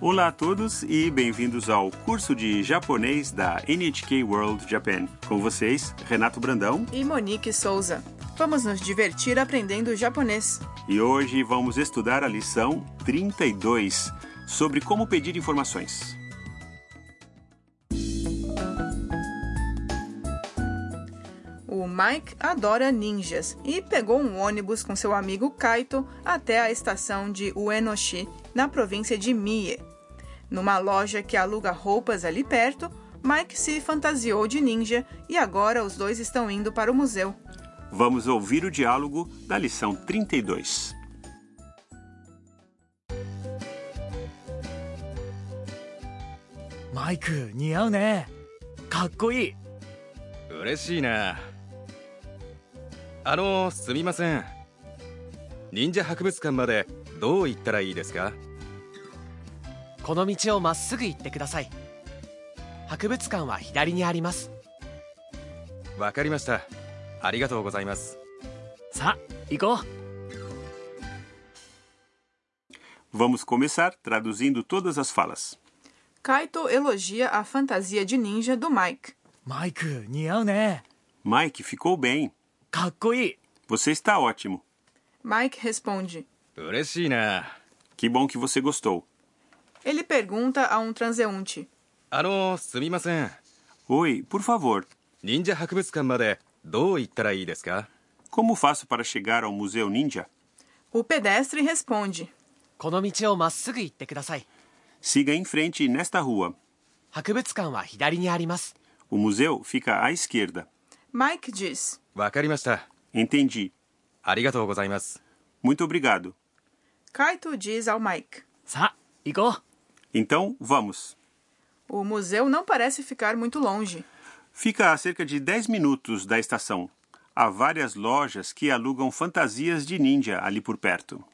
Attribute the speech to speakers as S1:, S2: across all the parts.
S1: Olá a todos e bem-vindos ao curso de japonês da NHK World Japan. Com vocês, Renato Brandão.
S2: E Monique Souza. Vamos nos divertir aprendendo japonês.
S1: E hoje vamos estudar a lição 32 sobre como pedir informações.
S2: O Mike adora ninjas e pegou um ônibus com seu amigo Kaito até a estação de Uenoshi, na província de Mie. Numa loja que aluga roupas ali perto, Mike se fantasiou de ninja e agora os dois estão indo para o museu.
S1: Vamos ouvir o diálogo da lição 32.
S3: マイク似合うねかっこいい
S4: 嬉しいなあのすみません忍者博物館までどう行ったらいいですか
S3: この道をまっすぐ行ってください博物館は左にあります
S4: わかりましたありがとうございます
S3: さあ行こう
S1: Vamos começar traduzindo todas as falas.
S2: Kaito elogia a fantasia de ninja do Mike.
S3: マイク似合うね
S1: Mike ficou bem.
S3: かっこいい
S1: Você está ótimo.
S2: Mike responde.
S4: 嬉しいな
S1: Que bom que você gostou.
S2: Ele pergunta a um transeunte.
S4: あのすみません
S1: Oi, por favor,
S4: 忍者博物館までどう行ったらいいですか
S1: como faço para chegar ao Museu Ninja?
S2: O pedestre responde.
S3: この道をまっすぐ行ってください
S1: Siga em frente nesta rua.
S3: 博物館は左にあります
S1: O museu fica à esquerda.
S2: Mike diz.
S4: わかりました
S1: Entendi.
S4: ありがとうございます
S1: Muito obrigado.
S2: Kaito diz ao Mike.
S3: さあ行こう
S1: Então, vamos.
S2: O museu não parece ficar muito longe.
S1: Fica a cerca de 10 minutos da estação. Há várias lojas que alugam fantasias de ninja ali por perto.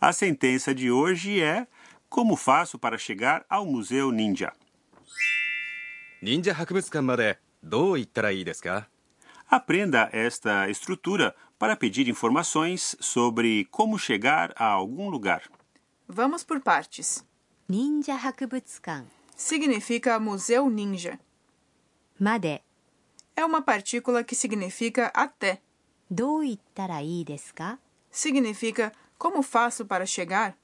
S1: A sentença de hoje é: Como faço para chegar ao Museu Ninja?
S4: 忍者博物館までどう行ったらいいですか
S1: Aprenda esta estrutura para pedir informações sobre como chegar a algum lugar.
S2: Vamos por partes.
S5: 忍者博物館
S2: Significa museu ninja.
S5: まで
S2: É uma partícula que significa até.
S5: どう行ったらいいですか
S2: Significa como faço para chegar?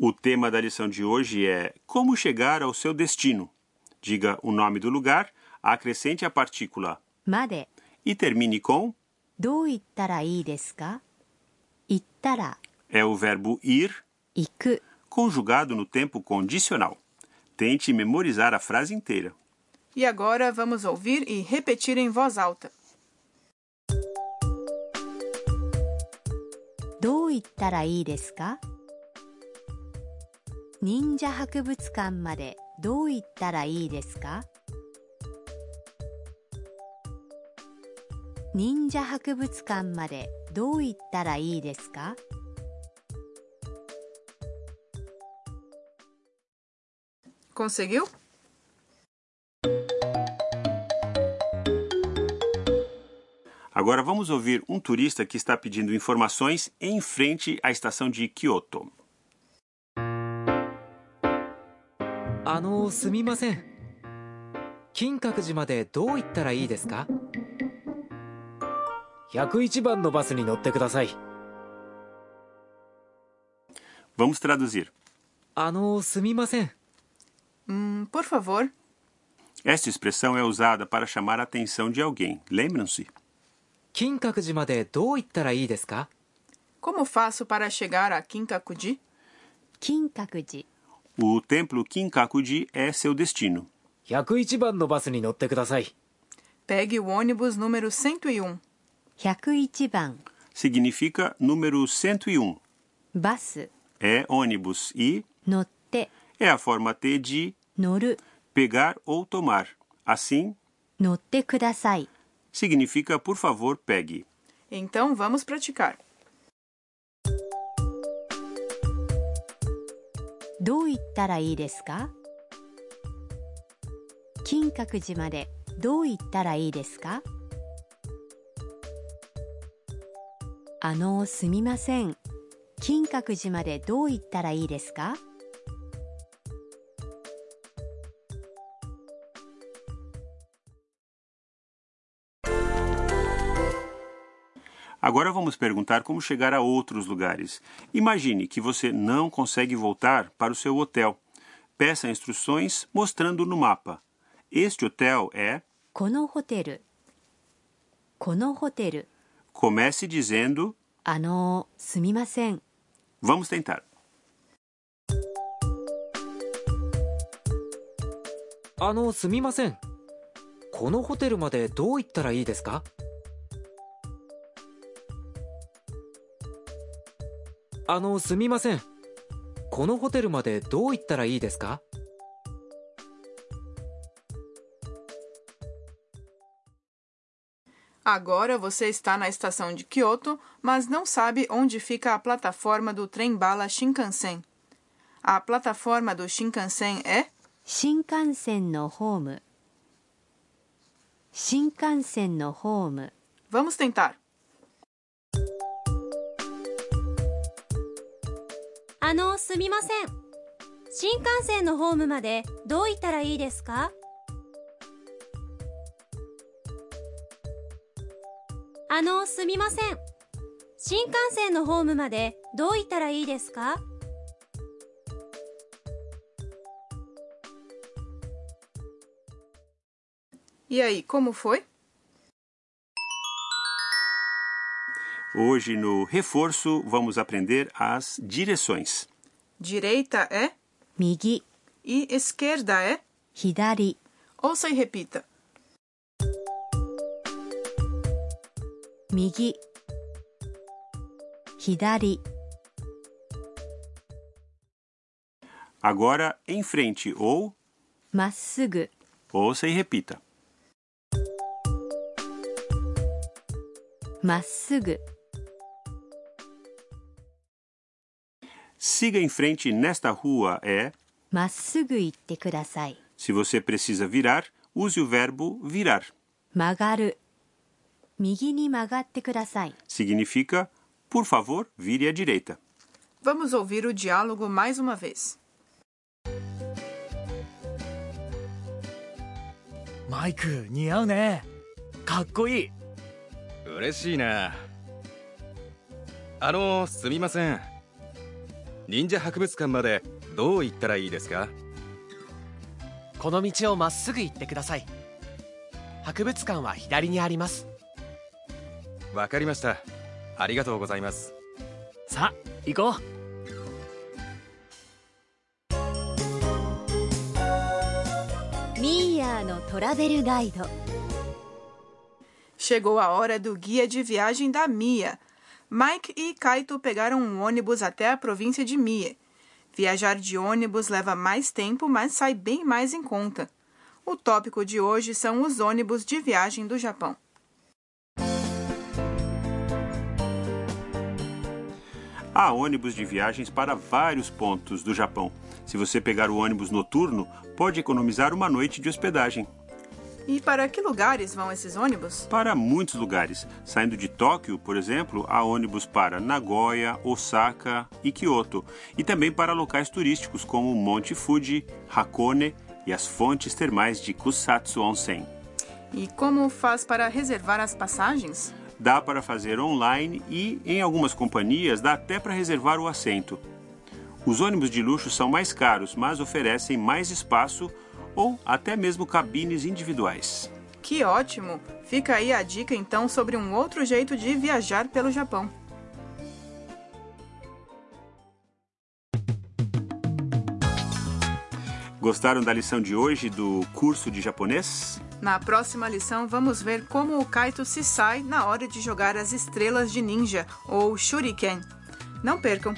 S1: O tema da lição de hoje é Como chegar ao seu destino. Diga o nome do lugar, acrescente a partícula
S5: まで
S1: e termine com
S5: どう行ったらいいですか行ったら
S1: é o verbo ir
S5: 行く
S1: conjugado no tempo condicional. Tente memorizar a frase inteira.
S2: E agora vamos ouvir e repetir em voz alta.
S5: どう行ったらいいですか忍者博物館までどう行ったらいいですか忍者博物館までどう行ったらいいですか
S2: Conseguiu?
S1: Agora vamos ouvir um turista que está pedindo informações em frente à estação de Kyoto.
S6: あのすみません金閣寺までどう行ったらいいですか101番のバスに乗ってください
S1: Vamos traduzir.
S6: あのすみません
S2: Hum, por favor.
S1: Esta expressão é usada para chamar a atenção de alguém. Lembram-se?
S6: 金閣寺までどう行ったらいいですか
S2: Como faço para chegar a Kinkakuji?
S5: 金閣寺
S1: O templo Kinkakuji é seu destino.
S6: 101番のバスに乗ってください
S2: Pegue o ônibus número 101.
S5: 101番
S1: significa número 101.
S5: バス
S1: É ônibus e
S5: 乗って、
S1: é a forma T de
S5: 乗る、
S1: pegar ou tomar. Assim,
S5: 乗ってください。
S1: significa por favor pegue.
S2: Então vamos praticar.
S5: どう行ったらいいですか金閣寺までどう言ったらいいですかあのすみません金閣寺までどう言ったらいいですか
S1: Agora vamos perguntar como chegar a outros lugares. Imagine que você não consegue voltar para o seu hotel. Peça instruções mostrando no mapa. Este hotel é.
S5: このホテルこのホテル
S1: Comece dizendo.
S5: あのすみません
S1: Vamos tentar.
S6: あのすみませんこのホテルまでどう行ったらいいですかあのすみませんこのホテルまでどう行ったらいいですか
S2: Agora você está na estação de Kyoto, mas não sabe onde fica a plataforma do trem-bala Shinkansen. A plataforma do Shinkansen é
S5: 新幹線のホーム新幹線のホーム
S2: Vamos tentar.
S7: あのすみません新幹線のホームまでどう行ったらいいですかあのすみません新幹線のホームまでどう行ったらいいですか
S2: E aí, como foi?
S1: Hoje, no reforço, vamos aprender as direções.
S2: Direita é
S5: 右
S2: e esquerda é.
S5: 左
S2: Ouça e repita.
S5: 右左
S1: Agora, em frente ou.
S5: まっすぐ
S1: Ouça e repita.
S5: まっすぐ
S1: Siga em frente nesta rua é.
S5: まっすぐ行ってください
S1: Se você precisa virar, use o verbo virar.
S5: 曲がる右に曲がってください
S1: Significa, por favor, vire à direita.
S2: Vamos ouvir o diálogo mais uma vez.
S8: マイク似合うねかっこいい
S4: 嬉しいなあのすみません忍者博物館までどう行ったらいいですか
S3: この道をまっすぐ行ってください博物館は左にあります
S4: わかりましたありがとうございます
S8: さあ行こう
S5: ミーヤーのトラベルガイド
S2: Chegou a hora do guia de viagem da Mia. Mike e Kaito pegaram um ônibus até a província de Mie. Viajar de ônibus leva mais tempo, mas sai bem mais em conta. O tópico de hoje são os ônibus de viagem do Japão.
S1: Há ônibus de viagens para vários pontos do Japão. Se você pegar o ônibus noturno, pode economizar uma noite de hospedagem.
S2: E para que lugares vão esses ônibus?
S1: Para muitos lugares, saindo de Tóquio, por exemplo, há ônibus para Nagoya, Osaka e Kyoto, e também para locais turísticos como Monte Fuji, Hakone e as fontes termais de Kusatsu Onsen.
S2: E como faz para reservar as passagens?
S1: Dá para fazer online e, em algumas companhias, dá até para reservar o assento. Os ônibus de luxo são mais caros, mas oferecem mais espaço ou até mesmo cabines individuais.
S2: Que ótimo! Fica aí a dica então sobre um outro jeito de viajar pelo Japão.
S1: Gostaram da lição de hoje do curso de japonês?
S2: Na próxima lição, vamos ver como o Kaito se sai na hora de jogar as estrelas de ninja, ou shuriken. Não percam!